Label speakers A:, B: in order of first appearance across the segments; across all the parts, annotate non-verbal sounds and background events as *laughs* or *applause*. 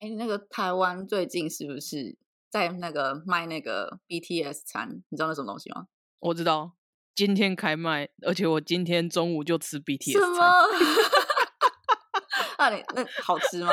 A: 哎，那个台湾最近是不是在那个卖那个 BTS 餐？你知道那什么东西吗？
B: 我知道，今天开卖，而且我今天中午就吃 BTS
A: *laughs*
B: 餐
A: 么？那你那好吃吗？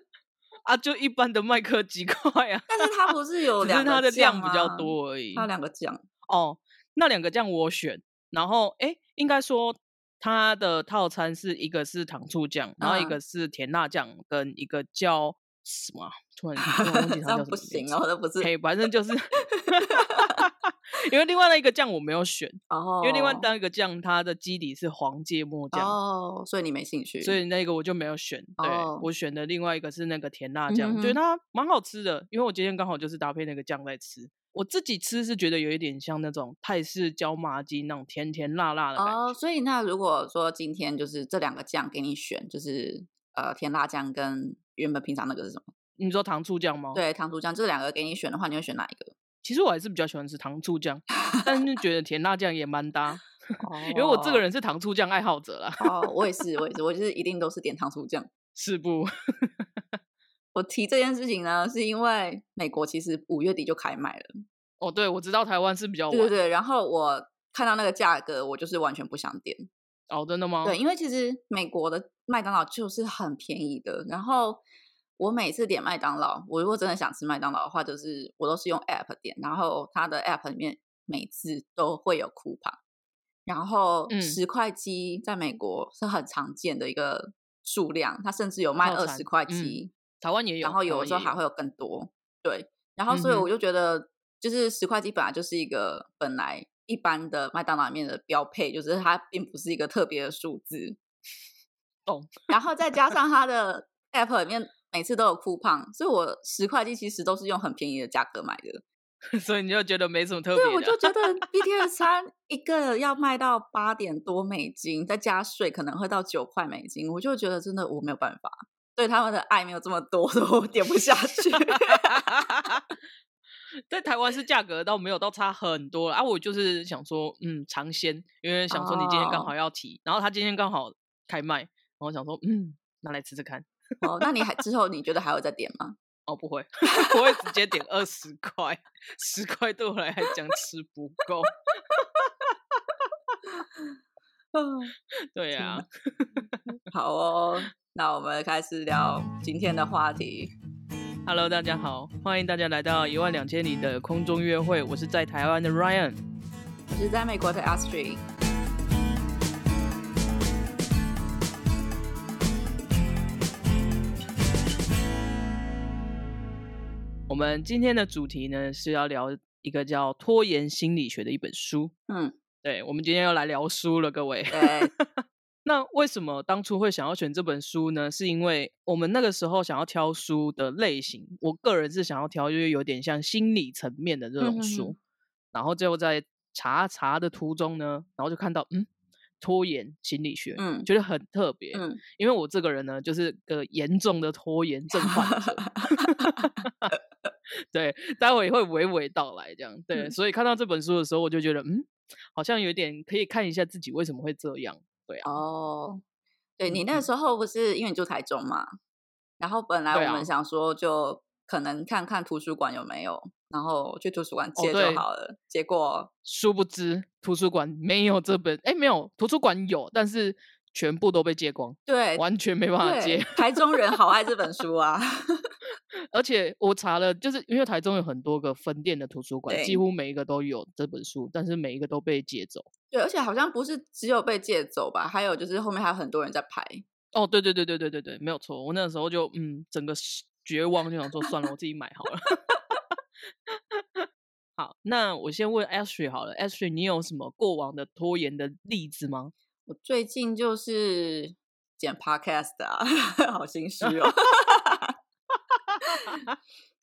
A: *laughs*
B: 啊，就一般的麦克鸡块啊，
A: 但是它不是 *laughs* 有
B: *laughs* 只
A: 两
B: 是
A: 个
B: 它的
A: 酱啊
B: 量比较
A: 吗，
B: 多而已
A: 它。有两个酱，
B: 哦，那两个酱我选，然后哎，诶应该说它的套餐是一个是糖醋酱，然后一
A: 嗯
B: 个是甜辣酱，跟一个叫什么啊？突然
A: *laughs*
B: 突然忘记它叫什么
A: 不
B: 名
A: 行
B: 字
A: 哦，这不是。
B: 嘿，反正就是， *laughs* 因为另外那一个酱我没有选，
A: 哦，
B: 因为另外那个酱它的基底是黄芥末酱，
A: 哦，所以你没兴趣，
B: 所以那个我就没有选。对、
A: 哦我
B: 我选的另外一个是那个甜辣
A: 嗯
B: 酱，
A: 哼
B: 觉
A: 哼
B: 得它蛮好吃的，因为我今天刚好就是搭配那个酱在吃。我自己吃是觉得有一点像那种泰式椒麻鸡那种甜甜辣辣的感觉。
A: 哦，所以那如果说今天就是这两个酱给你选，就是呃甜辣酱跟原本平常那个是什么？
B: 你说糖醋酱吗？，
A: 对，糖醋酱，这两个给你选的话，你会选哪一个？
B: 其实我还是比较喜欢吃糖醋酱，但是觉得甜辣酱也
A: *laughs*
B: 蛮搭，
A: 哦
B: 因为我这个人是糖醋酱爱好者啦，
A: 哦，我也是，我也是，我就是一定都是点糖醋酱。
B: 是不？
A: 我提这件事情呢，是因为美国其实五月底就开卖了，
B: 哦，对，我知道台湾是比较晚。
A: 对对对。然后我看到那个价格，我就是完全不想点。
B: 哦，真的吗？
A: 对，因为其实美国的麦当劳就是很便宜的。然后我每次点麦当劳，我如果真的想吃麦当劳的话，就是我都是用 app 点，然后它的 app 里面每次都会有 coupon，然后
B: 嗯
A: 十块鸡在美国是很常见的一个数量，它甚至有卖
B: 套
A: 二
B: 餐
A: 十块
B: 嗯
A: 鸡，
B: 台湾也有，
A: 然后
B: 台
A: 有的
B: 湾
A: 时候
B: 也
A: 还会有更多。对，然后所以
B: 嗯哼
A: 我就觉得，就是十块鸡本来就是一个本来一般的麦当劳里面的标配，就是它并不是一个特别的数字。
B: *laughs* 懂。
A: 然后再加上它
B: *laughs*
A: 的 app 里面每次都有 coupon，所以我十块鸡其实都是用很便宜的价格买的。
B: *laughs* 所以你就觉得没什么特别
A: 对，
B: 的。
A: 我就觉
B: *laughs*
A: 得 BTS 餐一个要卖到八点多美金，再加税可能会到九块美金，我就觉得真的我没有办法。对他们的爱没有这么多，所以我点不下去。
B: 在台湾是价格倒没有到差很多了啊，我就是想说，嗯，尝鲜，因为想说你今天刚好要提，然后他今天刚好开卖，然后想说，嗯，拿来吃吃看。
A: 哦，那你还之后你觉得还会再点吗？
B: 哦，不会，我会直接点二十块，十块对我来讲吃不够。对嗯
A: 天
B: 啊，
A: 好哦，那我们开始聊今天的话题。
B: Hello，大家好，欢迎大家来到一万两千里的空中约会，我是在台湾的 Ryan。
A: 我是在美国的
B: *laughs*
A: Astrid，
B: 我们今天的主题呢是要聊一个叫《拖延心理学》的一本书。
A: 嗯，
B: 对，我们今天要来聊书了，各位。 *laughs*
A: 对，
B: 那为什么当初会想要选这本书呢？是因为我们那个时候想要挑书的类型，我个人是想要挑就是有点像心理层面的这
A: 嗯
B: 种
A: 哼
B: 书。
A: 哼
B: 然后最后在查查的途中呢，然后就看到嗯，拖延心理学，
A: 嗯
B: 觉得很特别。
A: 嗯，
B: 因为我这个人呢，就是个严重的拖
A: *laughs*
B: 延症患者。 *laughs* 对，待会会娓娓道来这样。对，
A: 嗯
B: 所以看到这本书的时候，我就觉得，嗯，好像有点可以看一下自己为什么会这样。对啊，
A: 哦，对你
B: 嗯
A: 那
B: 嗯
A: 时候不是因为你住台中嘛，然后本来
B: 对
A: 我们
B: 啊
A: 想说就可能看看图书馆有没有，然后去图书馆借就
B: 哦对
A: 好了。结果
B: 殊不知图书馆没有这本，哎，没有，图书馆有，但是全部都被借光，
A: 对
B: 完全没办法
A: 哎对
B: 借。，
A: 台中人好爱这本书啊，
B: *laughs*
A: *laughs*
B: 而且我查了，就是因为台中有很多个分店的图书馆，
A: 对
B: 几乎每一个都有这本书，但是每一个都被借走。
A: 对，而且好像不是只有被借走吧，还有就是后面还有很多人在排。
B: 哦，对对对对对对对，没有错。我那时候就嗯，整个是绝望，就想说算了，我自己买好了。 *laughs* 好，那我先问 Ashley 好了，Ashley，你有什么过往的拖延的例子吗？
A: 我最近就是剪 podcast 啊， *laughs* 好心虚哦。*laughs*
B: *laughs*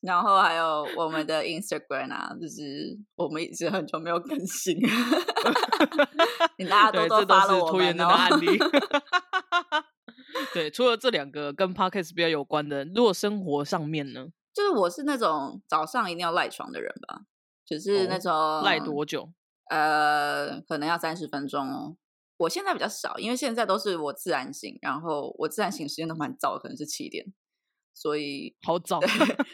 A: 然后还有我们的 Instagram 啊，就是我们已经很久没有更新，
B: *laughs*
A: 你大家
B: 对，
A: 多多
B: 这都
A: 发
B: 是
A: 了我
B: 拖延
A: 们
B: 症
A: 哦
B: 的。案例。 *laughs* 对，除了这两个跟 podcast 比较有关的，如果生活上面呢，
A: 就是我是那种早上一定要赖床的人吧，就是那种、
B: 哦赖多久？
A: 呃，可能要三十分钟哦。我现在比较少，因为现在都是我自然醒，然后我自然醒时间都蛮早的，可能是七点，所以
B: 好早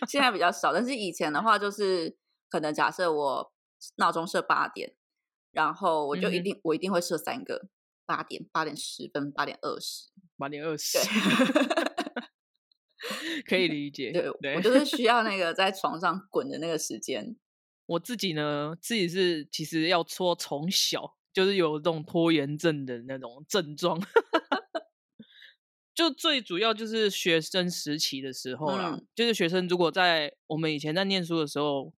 A: 现在比较少。但是以前的话，就是可能假设我闹钟设八点，然后
B: 嗯
A: 我就一定、我一定会设三个，八点、八点十分、八点二十。
B: 八点二十
A: 对，
B: 可以理解。
A: *laughs* 对，
B: 对
A: 我就是需要那个在床上滚的那个时间。
B: 我自己呢，自己是其实要说从小就是有这种拖延症的那种症状， *laughs* 就最主要就是学生时期的时候啦，
A: 嗯
B: 就是学生如果在我们以前在念书的时候，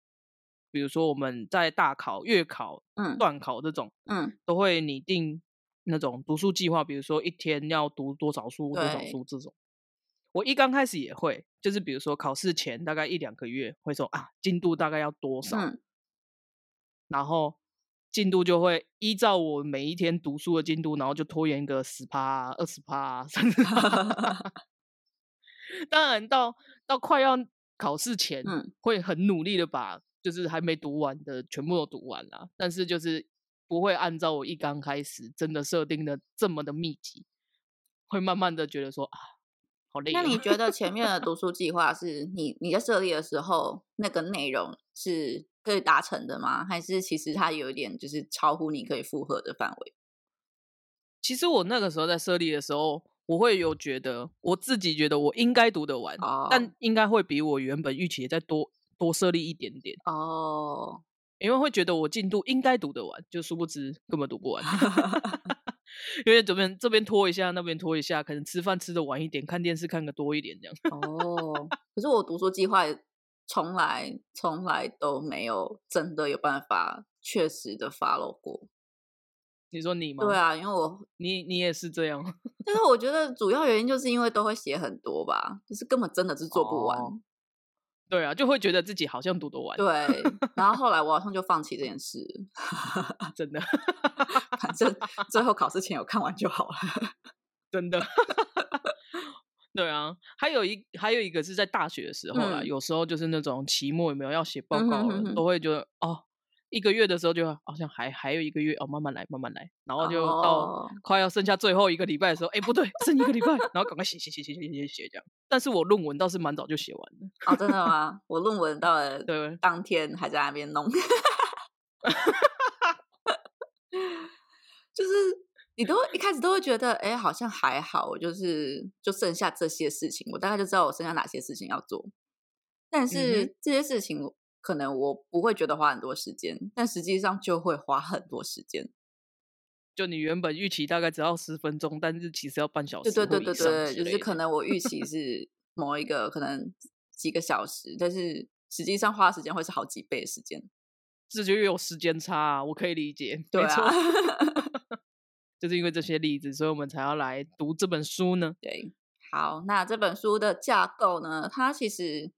B: 比如说我们在大考、月考、
A: 嗯
B: 段考这种，
A: 嗯，
B: 都会拟定那种读书计划，比如说一天要读多少书、多少
A: 对
B: 书这种。我一刚开始也会，就是比如说考试前大概一两个月会说啊，进度大概要多 *laughs* 少，
A: 嗯
B: 然后进度就会依照我每一天读书的进度，然后就拖延个十趴、二十趴、三十 *laughs* 趴。当然到到快要考试前，
A: 嗯
B: 会很努力的把就是还没读完的全部都读完啦，但是就是不会按照我一刚开始真的设定的这么的密集，会慢慢的觉得说啊，好累哦。
A: 那你觉得前面
B: *laughs*
A: 的读书计划是你你在设立的时候那个内容是可以达成的吗？还是其实它有一点就是超乎你可以负荷的范围？
B: 其实我那个时候在设立的时候，我会有觉得我自己觉得我应该读 *laughs* 得完，
A: 哦
B: 但应该会比我原本预期再多多设立一点点，
A: 哦，
B: 因为会觉得我进度应该读得完，就殊不知根本
A: *laughs*
B: 读不完。因为这边这边拖一下，那边拖一下，可能吃饭吃的晚一点，看电视看个多一点这样。
A: 哦，可是我读书计划也从来从来都没有真的有办法确实的 follow 过。
B: 你说你吗？
A: 对，啊，因为我
B: 你你也是这样 *laughs* 吗，
A: 但是我觉得主要原因就是因为都会写很多吧，就是根本真的是做不完。
B: 哦对啊，就会觉得自己好像读得完，
A: 对，然后后来我好像就放弃这件事了，
B: *laughs* 真的
A: 反正最后考试前有看完就好了。
B: 真
A: *laughs*
B: 的。对啊，还有一还有一个是在大学的时候啦，
A: 嗯
B: 有时候就是那种期末有没有要写报
A: 嗯哼
B: 告了，
A: 哼哼
B: 都会觉得哦，一个月的时候就好像还还有一个月哦，慢慢来，慢慢来，然后就到
A: 哦
B: 快要剩下最后一个礼拜的时候，哎、不对，剩一个礼拜，然后赶快写写写写写写写这样。但是我论文倒是蛮早就写完了，
A: 哦，真的吗？我论文到了
B: 对，
A: 当天还在那边
B: *laughs*
A: 弄，就是你都一开始都会觉得，哎、好像还好，我就是就剩下这些事情，我大概就知道我剩下哪些事情要做。但是、
B: 嗯
A: 这些事情我可能我不会觉得花很多时间，但实际上就会花很多时间。
B: 就你原本预期大概只要十分钟，但是其实要半小时
A: 对对对
B: 或
A: 对
B: 以上
A: 对，
B: 之
A: 就是
B: 类
A: 可
B: 的
A: 能我预
B: *laughs*
A: 期是某一个可能几个小时，但是实际上花的时间会是好几倍的时间。
B: 这就又有时间差、啊，我可以理解，
A: 对
B: 没错
A: 啊，
B: 就是因为这些例子，所以我们才要来读这本书呢。
A: 对，好，那这本书的架构呢？它其实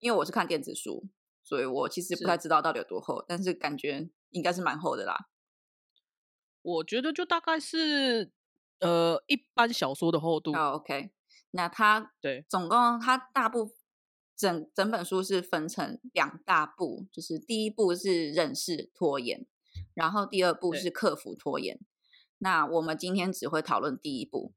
A: 因为我是看电子书，所以我其实不太知道到底有多厚，但是感觉应该是蛮厚的啦。
B: 我觉得就大概是呃一般小说的厚度，
A: 哦，OK，那它
B: 嗯对，
A: 总共它大部整整本书是分成两大部，就是第一部是认识拖延，然后第二步
B: 对
A: 是克服拖延。那我们今天只会讨论第一步，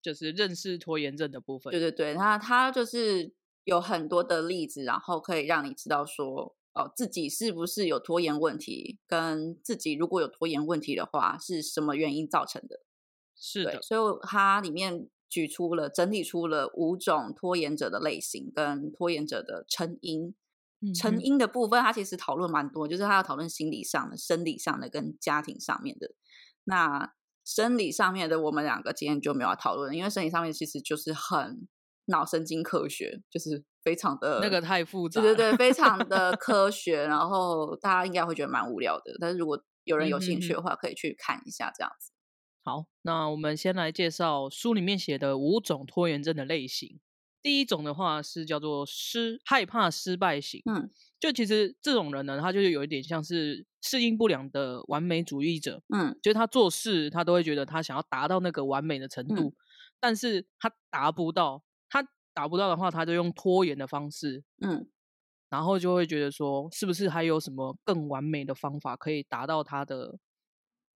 B: 就是认识拖延症的部分。
A: 对对对，那它就是有很多的例子，然后可以让你知道说，哦，自己是不是有拖延问题，跟自己如果有拖延问题的话，是什么原因造成的？
B: 是
A: 对
B: 的，，
A: 所以我它里面举出了整理出了五种拖延者的类型跟拖延者的成因。
B: 嗯
A: 成
B: 哼
A: 因的部分，它其实讨论蛮多，就是它要讨论心理上的、生理上的跟家庭上面的。那生理上面的，我们两个今天就没有要讨论，因为生理上面其实就是很脑神经科学，就是非常的
B: 那个太复杂
A: 对
B: 了，
A: 对对，非常
B: *laughs*
A: 的科学。然后大家应该会觉得蛮无聊的，但是如果有人有
B: 嗯
A: 兴
B: 哼
A: 趣的话，可以去看一下这样子。
B: 好，那我们先来介绍书里面写的五种拖延症的类型。第一种的话是叫做失害怕失败型，
A: 嗯，
B: 就其实这种人呢，他就是有一点像是适应不良的完美主义者，
A: 嗯
B: 就是他做事他都会觉得他想要达到那个完美的程
A: 嗯
B: 度，但是他达不到，他达不到的话，他就用拖延的方式，
A: 嗯
B: 然后就会觉得说，是不是还有什么更完美的方法可以达到他的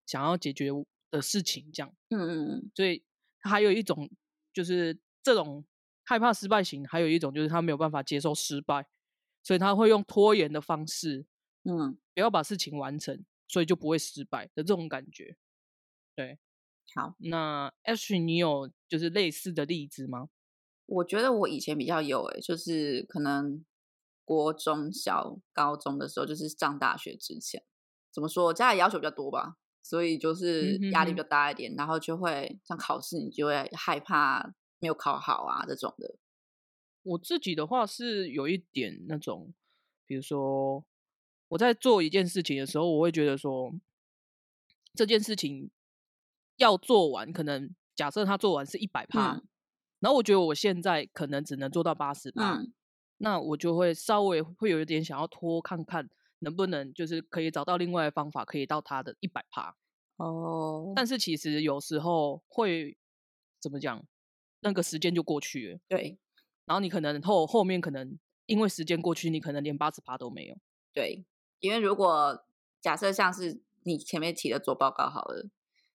B: 想要解决的事情这样。
A: 嗯嗯嗯，
B: 所以还有一种就是这种害怕失败型，还有一种就是他没有办法接受失败，所以他会用拖延的方式，
A: 嗯，
B: 不要把事情完成，所以就不会失败的这种感觉。对，
A: 好，
B: 那 Ash，你有就是类似的例子吗？
A: 我觉得我以前比较有诶、就是可能国中小、高中的时候，就是上大学之前，怎么说，我家里要求比较多吧，所以就是
B: 嗯哼
A: 压力比
B: 哼
A: 较大一点，然后就会像考试，你就会害怕没有考好啊这种的。
B: 我自己的话是有一点那种，比如说我在做一件事情的时候，我会觉得说这件事情要做完，可能假设他做完是一百趴，
A: 嗯
B: 然后我觉得我现在可能只能做到八十趴，
A: 嗯
B: 那我就会稍微会有一点想要拖看看能不能就是可以找到另外的方法，可以到他的一百趴。
A: 哦，
B: 但是其实有时候会怎么讲，那个时间就过去了。
A: 对
B: 然后你可能后后面可能因为时间过去，你可能连八十趴都没有。
A: 对，因为如果假设像是你前面提的做报告好了，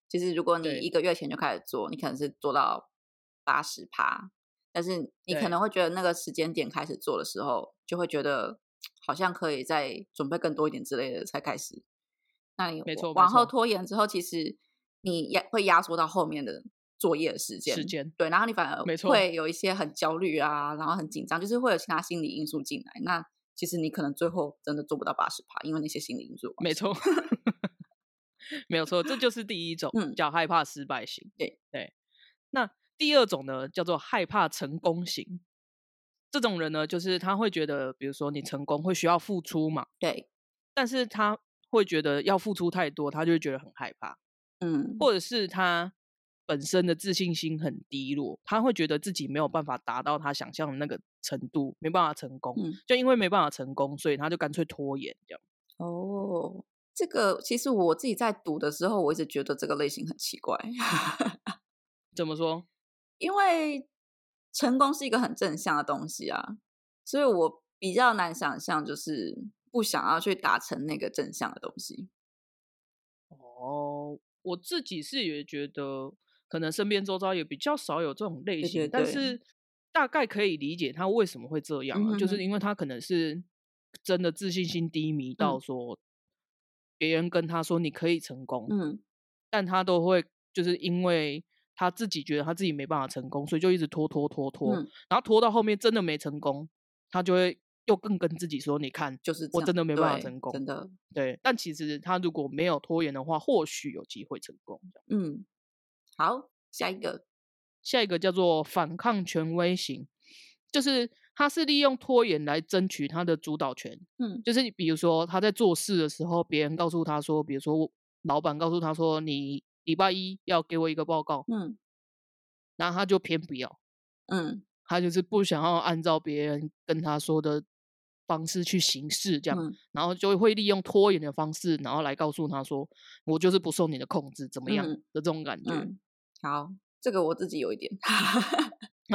A: 就是如果你
B: 对
A: 一个月前就开始做，你可能是做到八十趴，但是你可
B: 对
A: 能会觉得那个时间点开始做的时候，就会觉得好像可以再准备更多一点之类的才开始。那你
B: 没
A: 往
B: 错没
A: 往后
B: 错
A: 拖延之后，其实你压会压缩到后面的作业的时间，
B: 时间
A: 对，然后你反而
B: 没错
A: 会有一些很焦虑啊，然后很紧张，就是会有其他心理因素进来。那其实你可能最后真的做不到八十趴，因为那些心理因素的关
B: 没
A: 系。
B: 错， *laughs* 没有错，这就是第一种，
A: 嗯
B: 叫害怕失败型。
A: 对
B: 对，那第二种呢，叫做害怕成功型。这种人呢，就是他会觉得，比如说你成功会需要付出嘛，
A: 对，
B: 但是他会觉得要付出太多，他就会觉得很害怕，
A: 嗯，
B: 或者是他本身的自信心很低落，他会觉得自己没有办法达到他想象的那个程度，没办法成功。
A: 嗯，
B: 就因为没办法成功，所以他就干脆拖延这样。
A: 哦，这个其实我自己在读的时候，我一直觉得这个类型很奇怪， *laughs*
B: 怎么说？
A: 因为成功是一个很正向的东西啊，所以我比较难想象，就是不想要去达成那个正向的东西。
B: 哦，我自己是也觉得，可能身边周遭也比较少有这种类
A: 对
B: 型，
A: 对
B: 但
A: 对
B: 是大概可以理解他为什么会这样、啊，
A: 嗯
B: 就
A: 哼
B: 是因为他可能是真的自信心低迷
A: 嗯
B: 到说，别人跟他说你可以成功，
A: 嗯，
B: 但他都会就是因为他自己觉得他自己没办法成功，所以就一直拖拖拖拖，
A: 嗯
B: 然后拖到后面真的没成功，他就会又更跟自己说：“你看，
A: 就是这
B: 我
A: 样
B: 真的没办法
A: 对
B: 成功。
A: 真的，
B: 对，但其实他如果没有拖延的话，或许有机会成功。这样
A: 嗯，好，下一个，
B: 下一个叫做反抗权威型，就是他是利用拖延来争取他的主导权。
A: 嗯
B: 就是比如说他在做事的时候，别人告诉他说，比如说我老板告诉他说，你礼拜一要给我一个报告，
A: 嗯
B: 然后他就偏不要。
A: 嗯
B: 他就是不想要按照别人跟他说的方式去行事，这样，
A: 嗯
B: 然后就会利用拖延的方式，然后来告诉他说，我就是不受你的控制，怎么样
A: 嗯
B: 的这种感觉。
A: 嗯，好，这个我自己有一点， *laughs*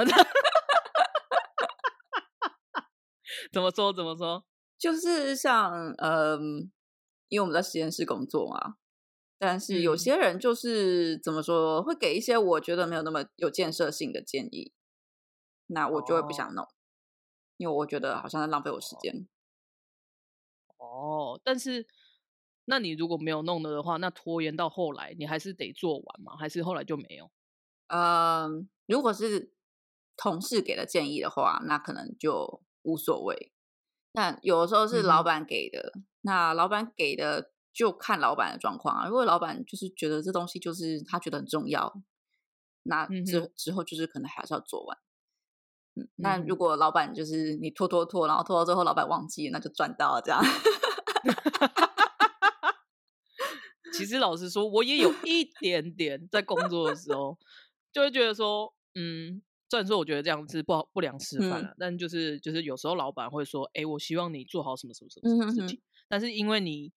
B: 怎么说？怎么说？
A: 就是像嗯，因为我们在实验室工作嘛，但是有
B: 嗯
A: 些人就是怎么说，会给一些我觉得没有那么有建设性的建议，那我就会不
B: 哦
A: 想弄，因为我觉得好像在浪费我时间。
B: 哦，但是，那你如果没有弄了的话，那拖延到后来，你还是得做完吗？还是后来就没有？
A: 嗯，如果是同事给的建议的话，那可能就无所谓。但有的时候是
B: 嗯
A: 老
B: 哼
A: 板给的，那老板给的就看老板的状况啊。如果老板就是觉得这东西就是他觉得很重要，那
B: 嗯
A: 之、
B: 哼
A: 之后就是可能还是要做完。嗯，
B: 嗯
A: 那如
B: 哼
A: 果老板就是你拖拖拖，然后拖到最后老板忘记，那就赚到了这样。
B: 其实老实说，我也有一点点在工作的时候，就会觉得说，嗯，虽然说我觉得这样是不好不良示范
A: 嗯
B: 了、但就是就是有时候老板会说，哎、我希望你做好什么什么什么什
A: 嗯
B: 么
A: 哼
B: 事
A: 哼
B: 情，但是因为你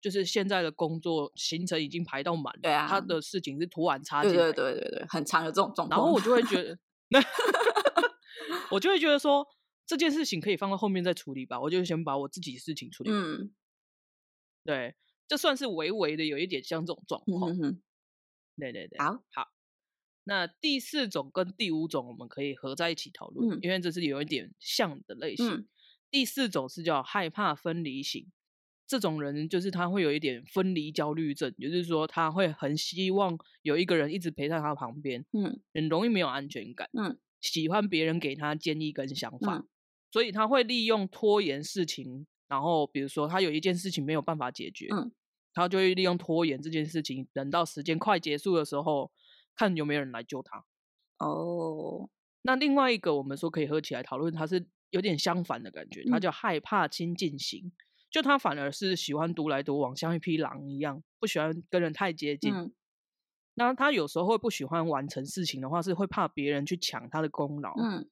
B: 就是现在的工作行程已经排到满了，
A: 对啊
B: 他的事情是突然插
A: 对
B: 进
A: 对
B: 来的，
A: 对对对，很常有这种状况。
B: 啊然后我就会觉得， *laughs* 我就会觉得说这件事情可以放到后面再处理吧，我就先把我自己的事情处理完，
A: 嗯
B: 对，这算是微微的有一点像这种状
A: 嗯
B: 况，
A: 哼哼，
B: 对对对，
A: 好，
B: 好，那第四种跟第五种我们可以合在一起讨论，
A: 嗯
B: 因为这是有一点像的类型。
A: 嗯
B: 第四种是叫害怕分离型，这种人就是他会有一点分离焦虑症，也就是说他会很希望有一个人一直陪在他旁边，
A: 嗯
B: 很容易没有安全感，
A: 嗯，
B: 喜欢别人给他建议跟想法，
A: 嗯
B: 所以他会利用拖延事情，然后比如说他有一件事情没有办法解决，
A: 嗯
B: 他就会利用拖延这件事情，等到时间快结束的时候，看有没有人来救他。
A: 哦，
B: 那另外一个我们说可以合起来讨论，它是有点相反的感觉，它
A: 嗯
B: 叫害怕亲近型，就他反而是喜欢独来独往，像一匹狼一样，不喜欢跟人太接近。
A: 嗯
B: 那他有时候会不喜欢完成事情的话，是会怕别人去抢他的功劳，
A: 嗯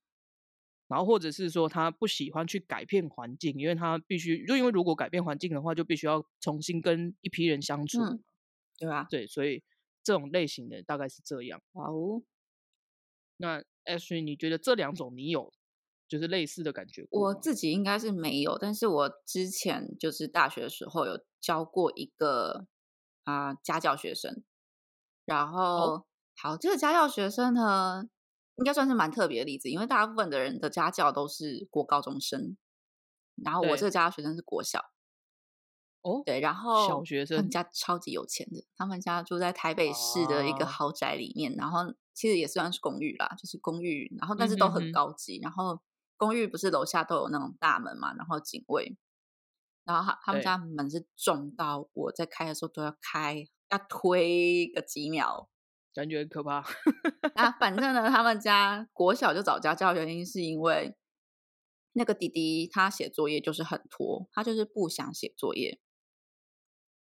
B: 然后或者是说他不喜欢去改变环境，因为他必须，就因为如果改变环境的话，就必须要重新跟一批人相处。
A: 嗯，对吧？
B: 对，所以这种类型的大概是这样。
A: 哇哦，
B: 那 Ashley，你觉得这两种你有就是类似的感觉过
A: 我
B: 吗
A: 自己应该是没有，但是我之前就是大学的时候有教过一个啊、家教学生，然后、好，这个家教学生呢，应该算是蛮特别的例子，因为大部分的人的家教都是国高中生，然后我
B: 对
A: 这个家教学生是国小，
B: 哦，
A: 对，然后
B: 学
A: 他
B: 生
A: 们家超级有钱的，他们家住在台北市的一个
B: 啊
A: 豪宅里面，然后其实也算是公寓啦，就是公寓，然后但是都
B: 嗯哼
A: 很
B: 哼
A: 高级，然后公寓不是楼下都有那种大门嘛，然后警卫，然后他他们
B: 对
A: 家门是重到我在开的时候都要开要推个几
B: *laughs*
A: 秒。
B: 感觉很可
A: *laughs*
B: 怕。
A: 那反正呢，他们家国小就找家教，原因是因为那个弟弟他写作业就是很拖，他就是不想写作业，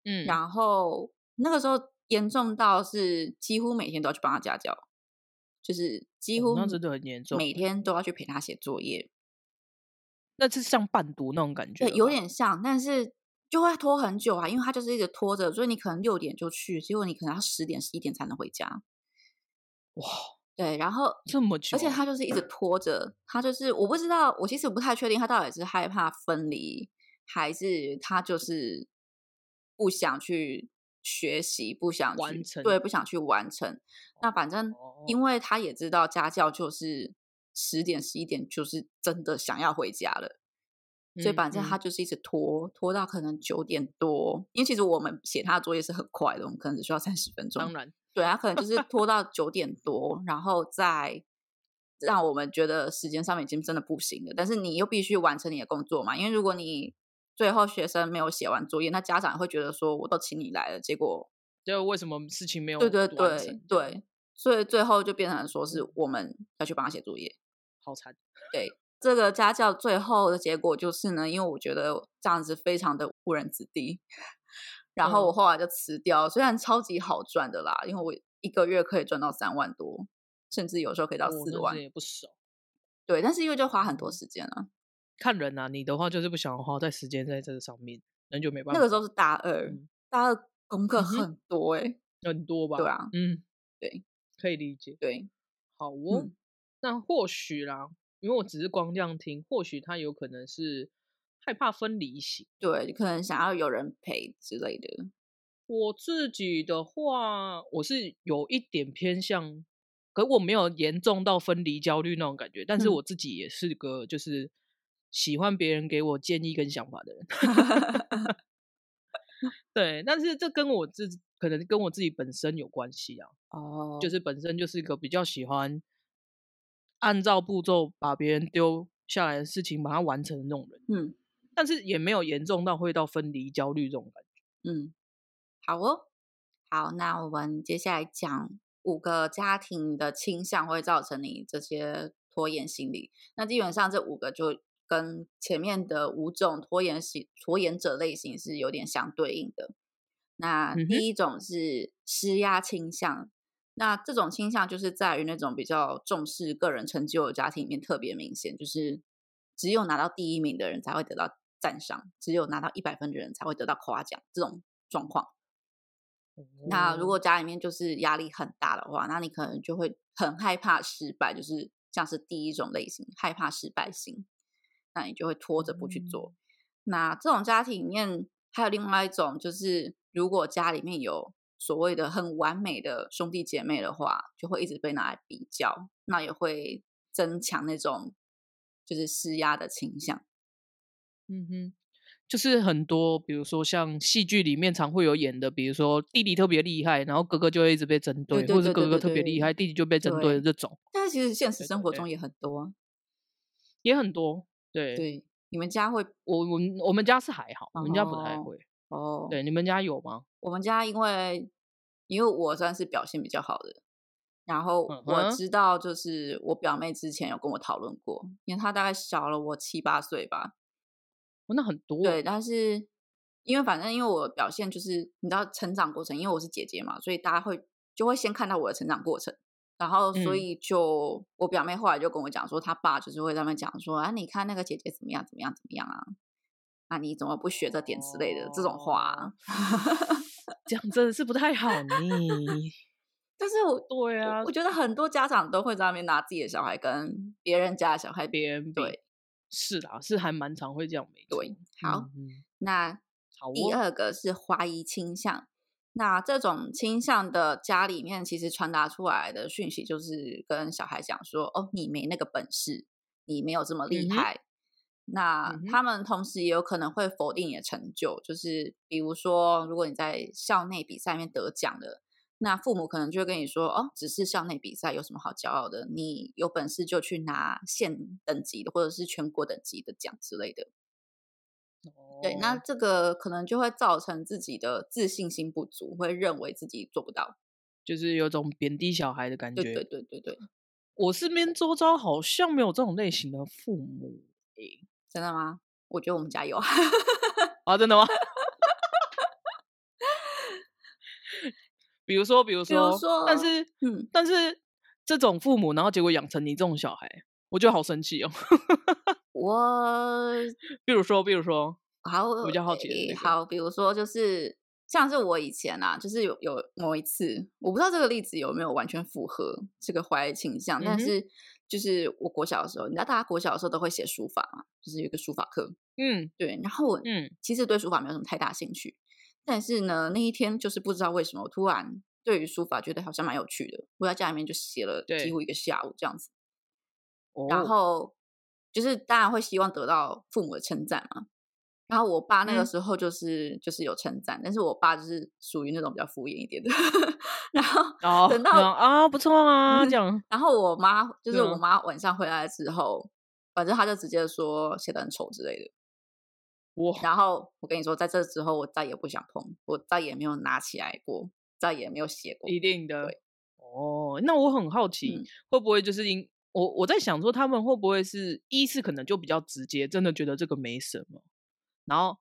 B: 嗯，
A: 然后那个时候严重到是几乎每天都要去帮他家教，就是几
B: 哦
A: 乎
B: 那真的很严重
A: 每
B: 欸
A: 天都要去陪他写作业，
B: 那是像伴读那种感觉
A: 对，
B: 了
A: 有
B: 吧 *laughs*
A: 点像，但是就会拖很久啊，因为他就是一直拖着，所以你可能六点就去，结果你可能要十点、十一点才能回家。
B: 哇，
A: 对，然后
B: 这么
A: 而
B: 久啊，
A: 且他就是一直拖着，他就是我不知道，我其实不太确定他到底是害怕分离，还是他就是不想去学习，不想
B: 完
A: 去
B: 成
A: 对，不想去完成。那反正
B: 哦
A: 因为他也知道家教就是十点十一点就是真的想要回家了。所以
B: 嗯
A: 反正他
B: 嗯
A: 就是一直拖，拖到可能九点多。因为其实我们写他的作业是很快的，我们可能只需要三十分钟
B: 当。然
A: 对他可能就是拖到九点多，然后再让我们觉得时间上面已经真的不行了。但是你又必须完成你的工作嘛，因为如果你最后学生没有写完作业，那家长会觉得说我都请你来了，结果
B: 就为什么事情没有
A: 对对
B: 完成
A: 对
B: 这样，
A: 对，所以最后就变成说是我们要去帮他写作业。
B: 好惨。哦
A: 对这个家教最后的结果就是呢，因为我觉得这样子非常的误人子弟，然后我
B: 嗯
A: 后来就辞掉，虽然超级好赚的啦，因为我一个月可以赚到三万多，甚至有时候可以到
B: 哦
A: 四
B: 那
A: 万
B: 这，也不少。
A: 对，但是因为就花很多
B: 嗯
A: 时间了，
B: 看人啊，你的话就是不想花在时间在这个上面，那就没办法。
A: 那个时候是大二，
B: 嗯
A: 大二功课
B: 嗯哼
A: 很多哎、
B: 很多吧？
A: 对啊，
B: 嗯，
A: 对，
B: 可以理解。
A: 对，
B: 好哦，
A: 嗯
B: 那或许啦，因为我只是光这样听，或许他有可能是害怕分离型。
A: 对，可能想要有人陪之类的，
B: 我自己的话，我是有一点偏向，可我没有严重到分离焦虑那种感觉，但是
A: 嗯
B: 我自己也是个就是喜欢别人给我建议跟想法
A: *laughs*
B: 的人。 *laughs* 对，但是这跟我自己可能跟我自己本身有关系啊，
A: 哦，
B: 就是本身就是一个比较喜欢按照步骤把别人丢下来的事情把它完成的那种人，
A: 嗯
B: 但是也没有严重到会到分离焦虑这种感觉。
A: 嗯，好哦，好，那我们接下来讲五个家庭的倾向会造成你这些拖延心理。那基本上这五个就跟前面的五种拖延型拖延者类型是有点相对应的。那
B: 嗯哼
A: 第一种是施压倾向，那这种倾向就是在于那种比较重视个人成就的家庭里面特别明显，就是只有拿到第一名的人才会得到赞赏，只有拿到一百分的人才会得到夸奖这种状况。那如
B: 哦
A: 果家里面就是压力很大的话，那你可能就会很害怕失败，就是像是第一种类型，害怕失败型，那你就会拖着不去
B: 嗯
A: 做。那这种家庭里面还有另外一种，就是如果家里面有所谓的很完美的兄弟姐妹的话，就会一直被拿来比较，那也会增强那种就是施压的倾向。
B: 嗯哼，就是很多，比如说像戏剧里面常会有演的，比如说弟弟特别厉害，然后哥哥就会一直被针
A: 对
B: 对，
A: 对
B: 或者
A: 对
B: 是
A: 对
B: 哥哥
A: 对
B: 特别厉
A: 对
B: 害，弟弟就被针对的这种
A: 但是其实现实
B: 对
A: 生
B: 对
A: 活
B: 对
A: 中也很多啊。
B: 也很多。对，
A: 对，你们家会
B: 我我们我们家是还好，我们家不太
A: 哦
B: 会。
A: 哦？
B: 对，你们家有吗？
A: 我们家因为因为我算是表现比较好的，然后
B: 嗯
A: 我
B: 哼
A: 知道就是我表妹之前有跟我讨论过，因为她大概小了我七八岁吧，
B: 哦那很多
A: 对，
B: 欸。
A: 但是因为反正因为我表现就是你知道成长过程，因为我是姐姐嘛，所以大家会就会先看到我的成长过程。然后，所
B: 嗯
A: 以就我表妹后来就跟我讲说，她爸就是会在那边讲说，啊，你看那个姐姐怎么样怎么样怎么样啊，啊，你怎么不学这点之类的这种话啊、
B: 哦，这样真的是不太好 *laughs* 呢。
A: 但是我
B: 对
A: 我
B: 啊，
A: 我觉得很多家长都会在那边拿自己的小孩跟别人家的小孩比。
B: 别人比
A: 对
B: 是啦，是还蛮常会这样，没错
A: 对。，好，
B: 嗯嗯，
A: 那
B: 好
A: 第
B: 哦。
A: 二个是怀疑倾向。那这种倾向的家里面，其实传达出来的讯息就是跟小孩讲说：“哦，你没那个本事，你没有这么
B: 嗯
A: 厉
B: 哼，
A: 害。”那
B: 嗯哼，
A: 他们同时也有可能会否定你的成就，就是比如说，如果你在校内比赛里面得奖了，那父母可能就会跟你说：“哦，只是校内比赛有什么好骄傲的？你有本事就去拿县等级的或者是全国等级的奖之类的。”对，那
B: 哦，
A: 这个可能就会造成自己的自信心不足，会认为自己做不到。
B: 就是有种贬低小孩的感
A: 对
B: 觉。
A: 对对对对，
B: 我身边周遭好像没有这种类型的父母诶、
A: 真的吗？我觉得我们家有， *laughs*
B: 啊，真的吗？ *laughs* 比如说，比如
A: 比如
B: 说，但
A: 说，
B: 是，
A: 嗯，
B: 但是这种父母，然后结果养成你这种小孩，我觉得好生气哦。 *laughs*
A: 我
B: 比如说，比如说，
A: 好，
B: 我比较好奇的是
A: 诶
B: 这个，
A: 好，比如说就是像是我以前啊，就是有有某一次，我不知道这个例子有没有完全符合这个怀疑倾向，
B: 嗯
A: 但
B: 哼，
A: 是就是我国小的时候，你知道大家国小的时候都会写书法嘛，就是有一个书法课，
B: 嗯
A: 对，然后我
B: 嗯，
A: 其实对书法没有什么太大兴趣，但是呢，那一天就是不知道为什么，我突然对于书法觉得好像蛮有趣的，我在家里面就写了几
B: 对，
A: 乎一个下午这样子，然
B: 哦，
A: 后就是当然会希望得到父母的称赞嘛。然后我爸那个
B: 嗯，
A: 时候就是就是有称赞，但是我爸就是属于那种比较敷衍一点的， *laughs* 然后
B: 哦，
A: 等到
B: 然后啊，不错啊，这
A: *laughs*
B: 样，
A: 然后我妈就是
B: 对
A: 我
B: 吗？
A: 妈晚上回来之后，反正她就直接说写的很丑之类的。
B: 哇，
A: 然后我跟你说，在这之后我再也不想碰，我再也没有拿起来过，再也没有写过。
B: 一定的。
A: 对，
B: 哦，那我很好奇，
A: 嗯，
B: 会不会就是因我我在想说，他们会不会是一是可能就比较直接，真的觉得这个没什么，然后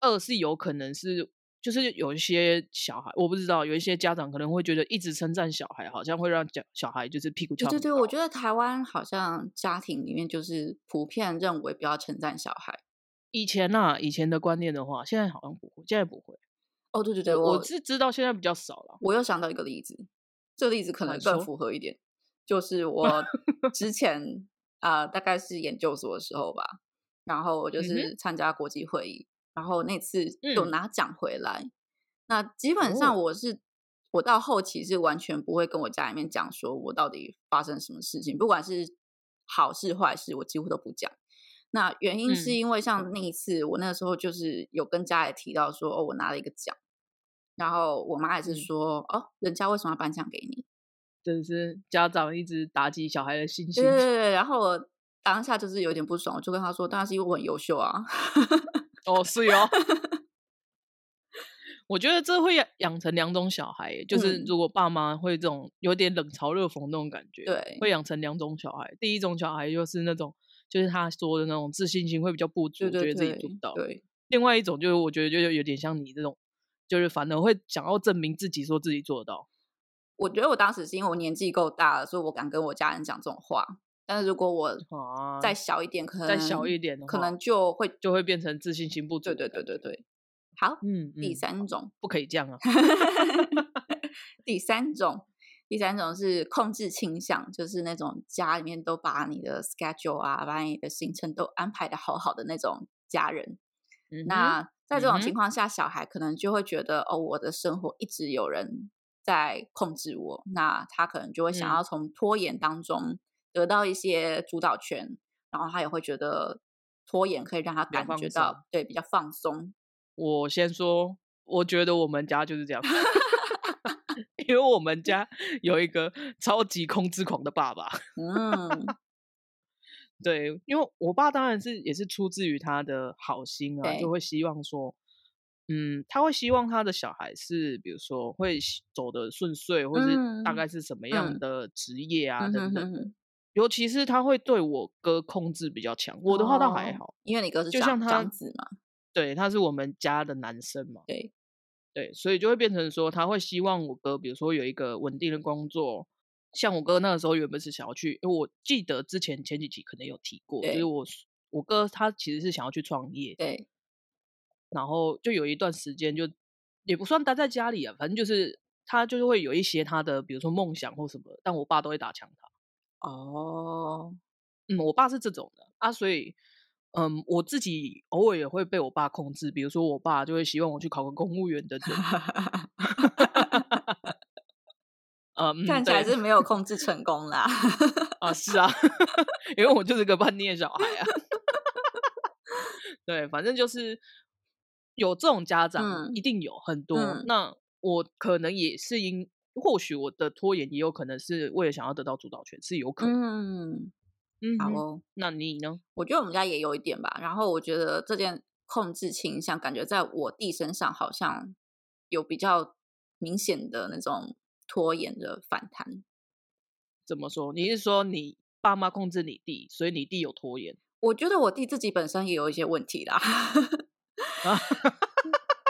B: 二是有可能是就是有一些小孩，我不知道有一些家长可能会觉得一直称赞小孩，好像会让小小孩就是屁股
A: 对
B: 翘
A: 对
B: 很
A: 对，我
B: 高。
A: 觉得台湾好像家庭里面就是普遍认为不要称赞小孩。
B: 以前呐、以前的观念的话，现在好像不会，现在不会。
A: 哦，对对对，
B: 我我
A: 我
B: 是知道现在比较少了。
A: 我又想到一个例子，这个例子可
B: 啊好，
A: 能
B: 你
A: 更
B: 说，
A: 符合一点，就是我之前啊、呃大概是研究所的时候吧，然后我就
B: 嗯哼，
A: 是参加国际会议，然后那次有
B: 嗯，
A: 拿奖回来。那基本上
B: 哦，
A: 我是我到后期是完全不会跟我家里面讲说我到底发生什么事情，不管是好事坏事，我几乎都不讲。那原因是
B: 嗯，
A: 因为像那一次，我那个时候就是有跟家里提到说，哦，我拿了一个奖，然后我妈也是
B: 嗯，
A: 说，哦，人家为什么要颁奖给你？
B: 真是家长一直打击小孩的信
A: 对对
B: 心。
A: 对对，然后我当下就是有点不爽，我就跟她说，当然是因为我很优秀啊。
B: 哦，是哟、我觉得这会养养成两种小孩耶，就是
A: 嗯，
B: 如果爸妈会这种有点冷嘲热讽那种感觉，
A: 对
B: 会养成两种小孩。第一种小孩就是那种，就是他说的那种自信心会比较不
A: 对
B: 足，
A: 对
B: 觉得自己做不
A: 对
B: 到；
A: *laughs* 对，
B: 另外一种就是我觉得就有点像你这种，就是反而会想要证明自己，说自己做得到。
A: 我觉得我当时是因为我年纪够大了，所以我敢跟我家人讲这种话。但是如果我再
B: 啊，
A: 小一点，可
B: 再小
A: 能
B: 一点
A: 嗯
B: 的
A: 可能
B: 话，
A: 就会，
B: 就会变成自信心不
A: 对
B: 足的
A: 对对
B: 感
A: 对
B: 觉。
A: 对。好，
B: 嗯
A: 第
B: 嗯，
A: 三
B: 好，
A: 种，
B: 不可以这样啊。
A: *laughs* 第三种，第三种是控制倾向，就是那种家里面都把你的 schedule 啊，把你的行程都安排的好好的那种家人。
B: 嗯哼
A: 那在这种
B: 嗯哼
A: 情况下，小孩可能就会觉得哦，我的生活一直有人在控制我，那他可能就会想
B: 嗯
A: 要从拖延当中得到一些主导权，然后他也会觉得拖延可以让他
B: 比较
A: 感
B: 放
A: 觉
B: 松
A: 到对比较放松。
B: 我先说，我觉得我们家就是这样，
A: *laughs*
B: *laughs* 因为我们家有一个超级控制狂的爸爸。
A: 嗯
B: 对，因为我爸当然是也是出自于他的好心啊，
A: 对
B: 就会希望说，嗯，他会希望他的小孩是，比如说会喜走的顺遂，或是大
A: 嗯
B: 概是什么样
A: 嗯
B: 的职业 *laughs* 啊、
A: 嗯
B: 等
A: 哼
B: 等
A: 哼
B: 的。
A: 哼，
B: 尤其是他会对我哥控制比较强，我的话倒还
A: 哦
B: 好，
A: 因为你哥是
B: 就像
A: 长
B: 他
A: 长子嘛，
B: 对，他是我们家的男生嘛，
A: 对，
B: 对，所以就会变成说，他会希望我哥，比如说有一个稳定的工作。像我哥那个时候原本是想要去，因为我记得之前前几集可能有提过，就是
A: 对
B: 我我哥他其实是想要去创业，
A: 对，
B: 然后就有一段时间就也不算待在家里啊，反正就是他就是会有一些他的比如说梦想或什么，但我爸都会打枪他。
A: 哦， *laughs*
B: 嗯，我爸是这种的啊，所以嗯，我自己偶尔也会被我爸控制，比如说我爸就会希望我去考个公务员等等。嗯，
A: 看起来
B: 对
A: 是没有控制成功啦。
B: 啊，是
A: *laughs*
B: 啊，因为我就是个叛逆的小孩啊。 *laughs* 对，反正就是有这种家长，
A: 嗯
B: 一定有很多。
A: 嗯
B: 那我可能也是因，或许我的拖延也有可能是为了想要得到主导权，是有可能。
A: 嗯，
B: 嗯
A: 好
B: 哼
A: 哦。
B: 那你呢？
A: 我觉得我们家也有一点吧。然后我觉得这件控制倾向，感觉在我弟身上好像有比较明显的那种拖延的反弹。
B: 怎么
A: 嗯
B: 说？你是说你爸妈控制你弟，所以你弟有拖延？
A: 我觉得我弟自己本身也有一些问题啦。
B: 啊
A: *laughs*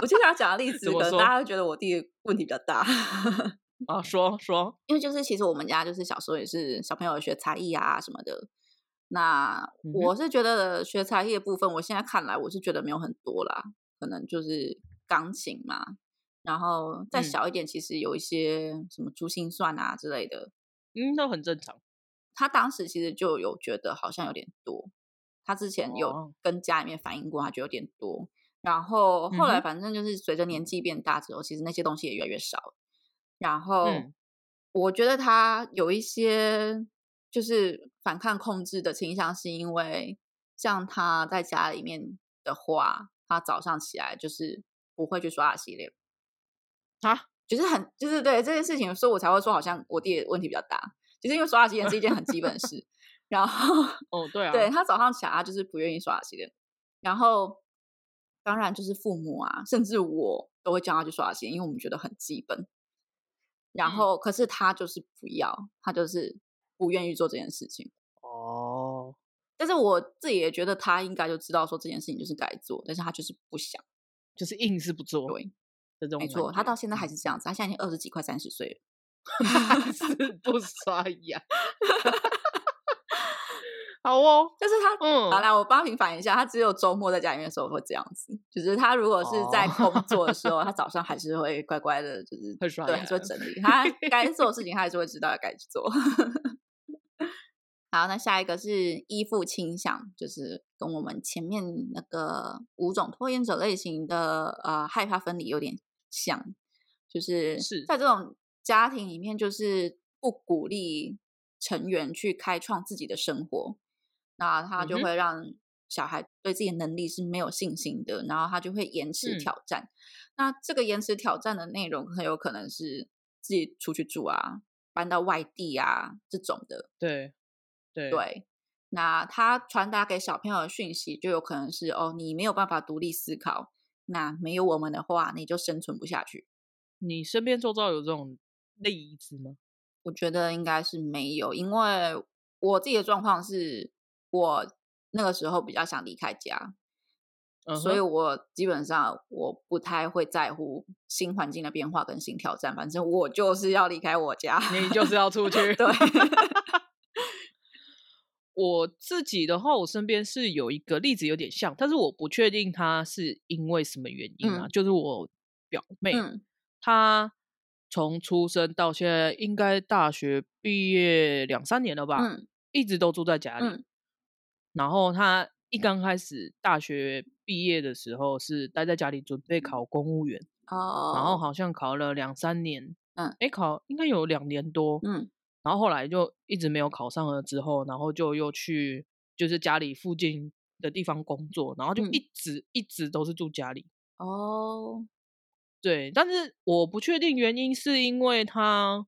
A: 我接下来讲的例子，
B: 怎么
A: 可能
B: 说
A: 大家会觉得我弟问题比较大，嗯
B: 啊，说说，
A: 因为就是其实我们家就是小时候也是小朋友学才艺啊什么的。那
B: 嗯哼
A: 我是觉得学才艺的部分，我现在看来我是觉得没有很多啦，可能就是钢琴嘛，然后再
B: 嗯
A: 小一点，其实有一些什么珠心算啊之类的。
B: 嗯，那很正常。
A: 他当时其实就有觉得好像有点多，他之前有
B: 哦
A: 跟家里面反映过，他觉得有点多。然后后
B: 嗯
A: 来
B: 哼
A: 反正就是随着年纪变大之后，其实那些东西也越来越少了。然后
B: 嗯
A: 我觉得他有一些就是反抗控制的倾向，是因为像他在家里面的话，他早上起来就是不会去刷牙洗脸，
B: 啊，
A: 就是很就是对这件事情，所以我才会说好像我弟的问题比较大，就是因为刷牙洗脸是一件很基本的事。然后
B: 哦，对啊，
A: 对他早上起来他就是不愿意刷牙洗脸，然后当然就是父母啊，甚至我都会叫他去刷牙洗脸，因为我们觉得很基本。然
B: 嗯
A: 后可是他就是不要，他就是不愿意做这件事情。
B: 哦，
A: 但是我自己也觉得他应该就知道说这件事情就是该做，但是他就是不想。
B: 就是硬是不做，
A: 对，
B: 这种
A: 没错，
B: 感
A: 他
B: 觉
A: 到现在
B: 嗯
A: 还是这样子，他现在已经二十几快三十岁了。
B: 还 *laughs* 是不刷牙。 *laughs* 好哦，
A: 就是他，
B: 嗯
A: 好啦，我帮平反一下，他只有周末在家里面的时候会这样子，就是他如果是在工作的时
B: *laughs*
A: 候，他早上还是会乖乖的，就是
B: 哦会刷
A: 对，
B: 牙
A: 还是会整理，他该做的事情他还是会知道该去做。 *laughs* 好，那下一个是依附倾向，就是跟我们前面那个五种拖延者类型的呃害怕分离有点像，就是
B: 是
A: 在这种家庭里面，就是不鼓励成员去开创自己的生活，那他就
B: 嗯哼
A: 会让小孩对自己的能力是没有信心的，然后他就会延迟
B: 嗯
A: 挑战。那这个延迟挑战的内容很有可能是自己出去住啊，搬到外地啊这种的。
B: 对对
A: 对，那他传达给小朋友的讯息就有可能是哦，你没有办法独立思考，那没有我们的话，你就生存不下去。
B: 你身边周遭有这种例子吗？
A: 我觉得应该是没有，因为我自己的状况是我那个时候比较想离开家，
B: 嗯
A: 所以
B: 哼
A: 我基本上我不太会在乎新环境的变化跟新挑战，反正我就是要离开我家。
B: 你就是要出去。
A: *laughs* 对，
B: 我自己的话，我身边是有一个例子有点像，但是我不确定他是因为什么原因啊，
A: 嗯
B: 就是我表妹，
A: 嗯，
B: 她从出生到现在，应该大学毕业两三年了吧，
A: 嗯
B: 一直都住在家里。
A: 嗯
B: 然后她一刚开始大学毕业的时候是待在家里准备考公务员，
A: 嗯哦，
B: 然后好像考了两三年，
A: 嗯，
B: 哎，考应该有两年多，
A: 嗯
B: 然后后来就一直没有考上了，之后然后就又去就是家里附近的地方工作，然后就
A: 嗯
B: 一直、一直都是住家里。
A: 哦，
B: 对，但是我不确定原因是因为他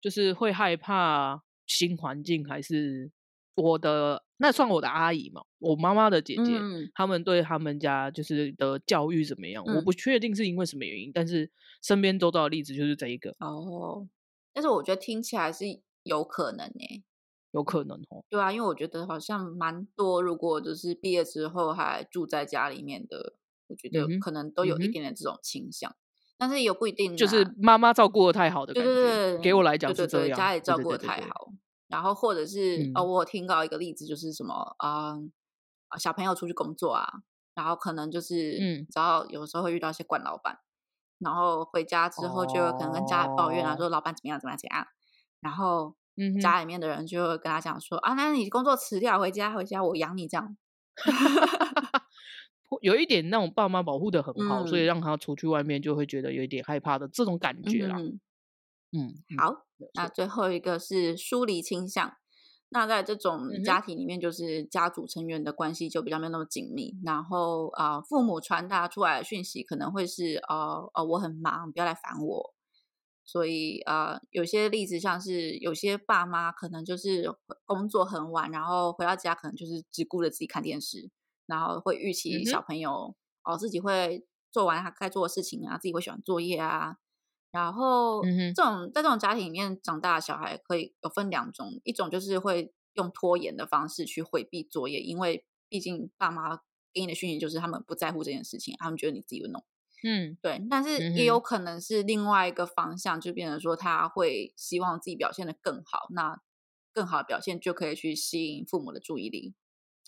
B: 就是会害怕新环境，还是我的那算我的阿姨嘛，我妈妈的姐姐，
A: 嗯
B: 他们对他们家就是的教育怎么样，我
A: 嗯
B: 不确定是因为什么原因，但是身边周遭的例子就是这一个，
A: 哦，但是我觉得听起来是有可能诶、
B: 有可能哦。
A: 对啊，因为我觉得好像蛮多，如果就是毕业之后还住在家里面的，我觉
B: 嗯
A: 得
B: 哼
A: 可能都有一
B: 嗯哼
A: 点点这种倾向，但是也不一定啦，
B: 就是妈妈照顾的太好的
A: 对
B: 感
A: 对
B: 觉，
A: 对，
B: 给我来讲
A: 对对
B: 是这
A: 对
B: 样，
A: 家里
B: 对
A: 照
B: 对
A: 顾的
B: 对对
A: 太
B: 对
A: 好，然后或者是哦，
B: 嗯
A: 我有听到一个例子，就是什么啊、啊小朋友出去工作啊，然后可能就是
B: 嗯
A: 然后有时候会遇到一些惯老板，然后回家之后就可能跟家里抱怨啊，
B: 哦
A: 说老板怎么样怎么样怎么样，然后
B: 嗯哼，
A: 家里面的人就会跟他讲说啊，那你工作辞掉，回家回家我养你这样，
B: 有一点那种爸妈保护的很好，所以
A: 嗯
B: 让他出去外面就会觉得有一点害怕的这种感觉啦。
A: 嗯，
B: 嗯，嗯
A: 好，
B: 没有
A: 那
B: 错
A: 最后一个是疏离倾向。那在这种
B: 嗯哼
A: 家庭里面，就是家族成员的关系就比较没有那么紧密，然后啊、呃父母传达出来的讯息可能会是呃呃，我很忙，不要来烦我。所以呃，有些例子像是有些爸妈可能就是工作很晚，然后回到家可能就是只顾着自己看电视，然后会预期
B: 嗯哼
A: 小朋友哦自己会做完他该做的事情啊，自己会写完作业啊，然后
B: 嗯哼
A: 这种在这种家庭里面长大的小孩，可以有分两种，一种就是会用拖延的方式去回避作业，因为毕竟爸妈给你的讯息就是他们不在乎这件事情，他们觉得你自己会弄。
B: 嗯
A: 对，但是也
B: 嗯
A: 有
B: 哼
A: 可能是另外一个方向，就变成说他会希望自己表现的更好，那更好的表现就可以去吸引父母的注意力。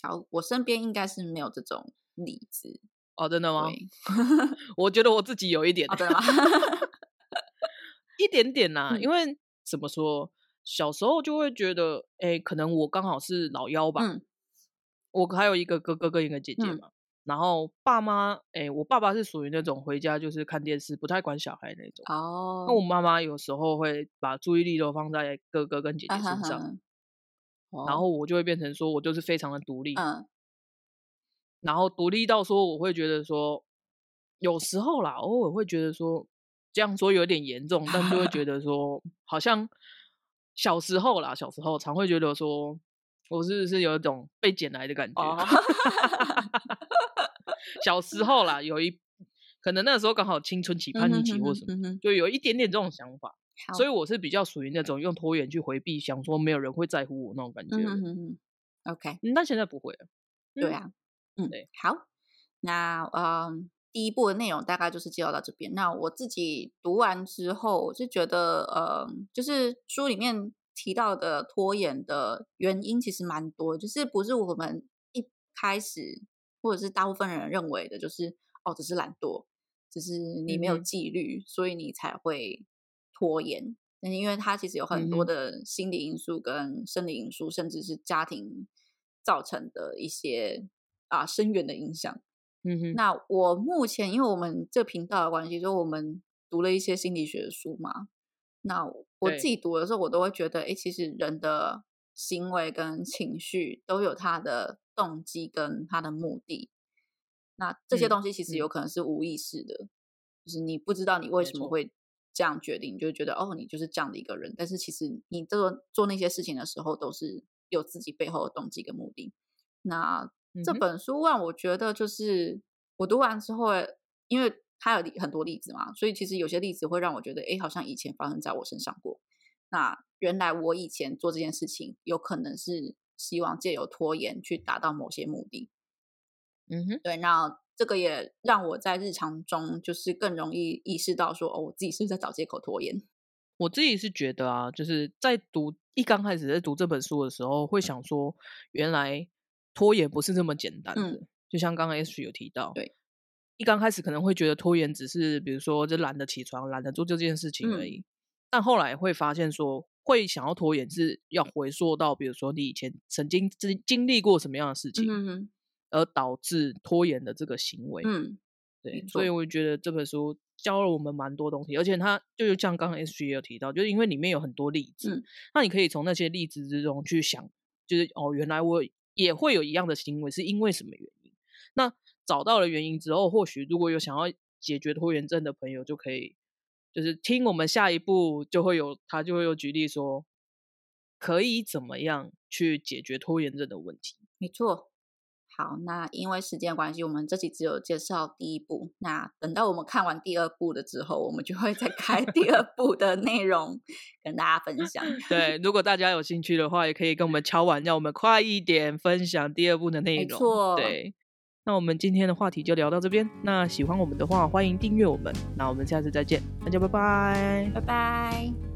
A: 好，我身边应该是没有这种例子，
B: 哦，真的吗？
A: 对，
B: 我觉得我自己有一点
A: 哦，，真
B: *laughs*
A: 的吗？
B: 一点点啦、因
A: 嗯
B: 为怎么说，小时候就会觉得，哎、可能我刚好是老幺吧，
A: 嗯
B: 我还有一个哥哥跟一个姐姐
A: 嗯
B: 嘛。然后爸妈，哎、我爸爸是属于那种回家就是看电视，不太管小孩那种。那我
A: 哦，
B: 妈妈有时候会把注意力都放在哥哥跟姐姐
A: 啊哈
B: 身上，
A: 哈，
B: 然
A: 哦，
B: 后我就会变成说我就是非常的独立，
A: 嗯
B: 然后独立到说我会觉得说，有时候啦，偶尔会觉得说这样说有点严重，但就会
A: *laughs*
B: 觉得说好像小时候啦，小时候常会觉得说我是不是有一种被捡来的感觉？ *laughs*
A: 哦，
B: 小时候啦，有一可能那时候刚好青春期、
A: 嗯
B: 叛逆
A: 哼
B: 期
A: 哼
B: 或
A: 哼
B: 什么，
A: 嗯哼，
B: 就有一点点这种想法。
A: 好，
B: 所以我是比较属于那种用拖延去回避，想说没有人会在乎我那种感觉
A: 嗯
B: 的
A: 哼
B: 人。
A: 哼哼，OK，
B: 嗯但现在不会了。
A: 对
B: 嗯
A: 啊，嗯
B: 对，
A: 好，那嗯，第一部的内容大概就是介绍到这边。那我自己读完之后，我是觉得，呃，就是书里面提到的拖延的原因其实蛮多，就是不是我们一开始或者是大部分人认为的，就是哦，只是懒惰，只是你没有
B: 嗯哼
A: 纪律，所以你才会拖延。但是因为它其实有很
B: 嗯
A: 多
B: 哼
A: 的心理因素、跟生理因素，甚至是家庭造成的一些啊深远的影响。
B: 嗯哼
A: 那我目前因为我们这频道的关系，就我们读了一些心理学的书嘛。那我自
B: 对，
A: 己读的时候，我都会觉得，诶，其实人的行为跟情绪都有它的动机跟它的目的。那这些
B: 嗯
A: 东西其实有
B: 嗯，
A: 可能是无意识的，就是你不知道你为
B: 没
A: 什么
B: 错。
A: 会这样决定，你就会觉得哦，你就是这样的一个人。但是其实你做做那些事情的时候，都是有自己背后的动机跟目的。那
B: 嗯
A: 这
B: 哼
A: 本书让我觉得，就是我读完之后欸，因为它有例很多例子嘛，所以其实有些例子会让我觉得，哎，好像以前发生在我身上过。那原来我以前做这件事情，有可能是希望借由拖延去达到某些目的。
B: 嗯哼
A: 对，那这个也让我在日常中就是更容易意识到说，哦，我自己是不是在找借口拖
B: 嗯
A: 延？
B: 我自己是觉得啊，就是在读一刚开始在读这本书的时候，会想说，原来拖延不是这么简单的。
A: 嗯
B: 就像刚刚 H 有提到，
A: 对，
B: 一刚开始可能会觉得拖延只是比如说就懒得起床、懒得做这件事情而
A: 嗯
B: 已，但后来会发现说，会想要拖延是要回溯到比如说你以前曾经经经历过什么样的事
A: 嗯
B: 情，
A: 哼哼
B: 而导致拖延的这个行为。
A: 嗯，
B: 对
A: 没，
B: 所以
A: 错
B: 我觉得这本书教了我们蛮多东西，而且它就是像刚刚 S G 有提到，就是因为里面有很多例子，
A: 嗯
B: 那你可以从那些例子之中去想，就是哦，原来我也会有一样的行为，是因为什么原因？那找到了原因之后，或许如果有想要解决拖延症的朋友，就可以就是听我们下一步就会有他就会有举例说，可以怎么样去解决拖延症的问题。
A: 没错。好，那因为时间关系，我们这集只有介绍第一部。那等到我们看完第二部的之后，我们就会再开第二部的内容跟大家分享。
B: *laughs* 对，如果大家有兴趣的话，也可以跟我们敲碗，让我们快一点分享第二部的内
A: 没
B: 容。
A: 错
B: 对。那我们今天的话题就聊到这边。那喜欢我们的话，欢迎订阅我们。那我们下次再见，大家拜拜。
A: 拜拜。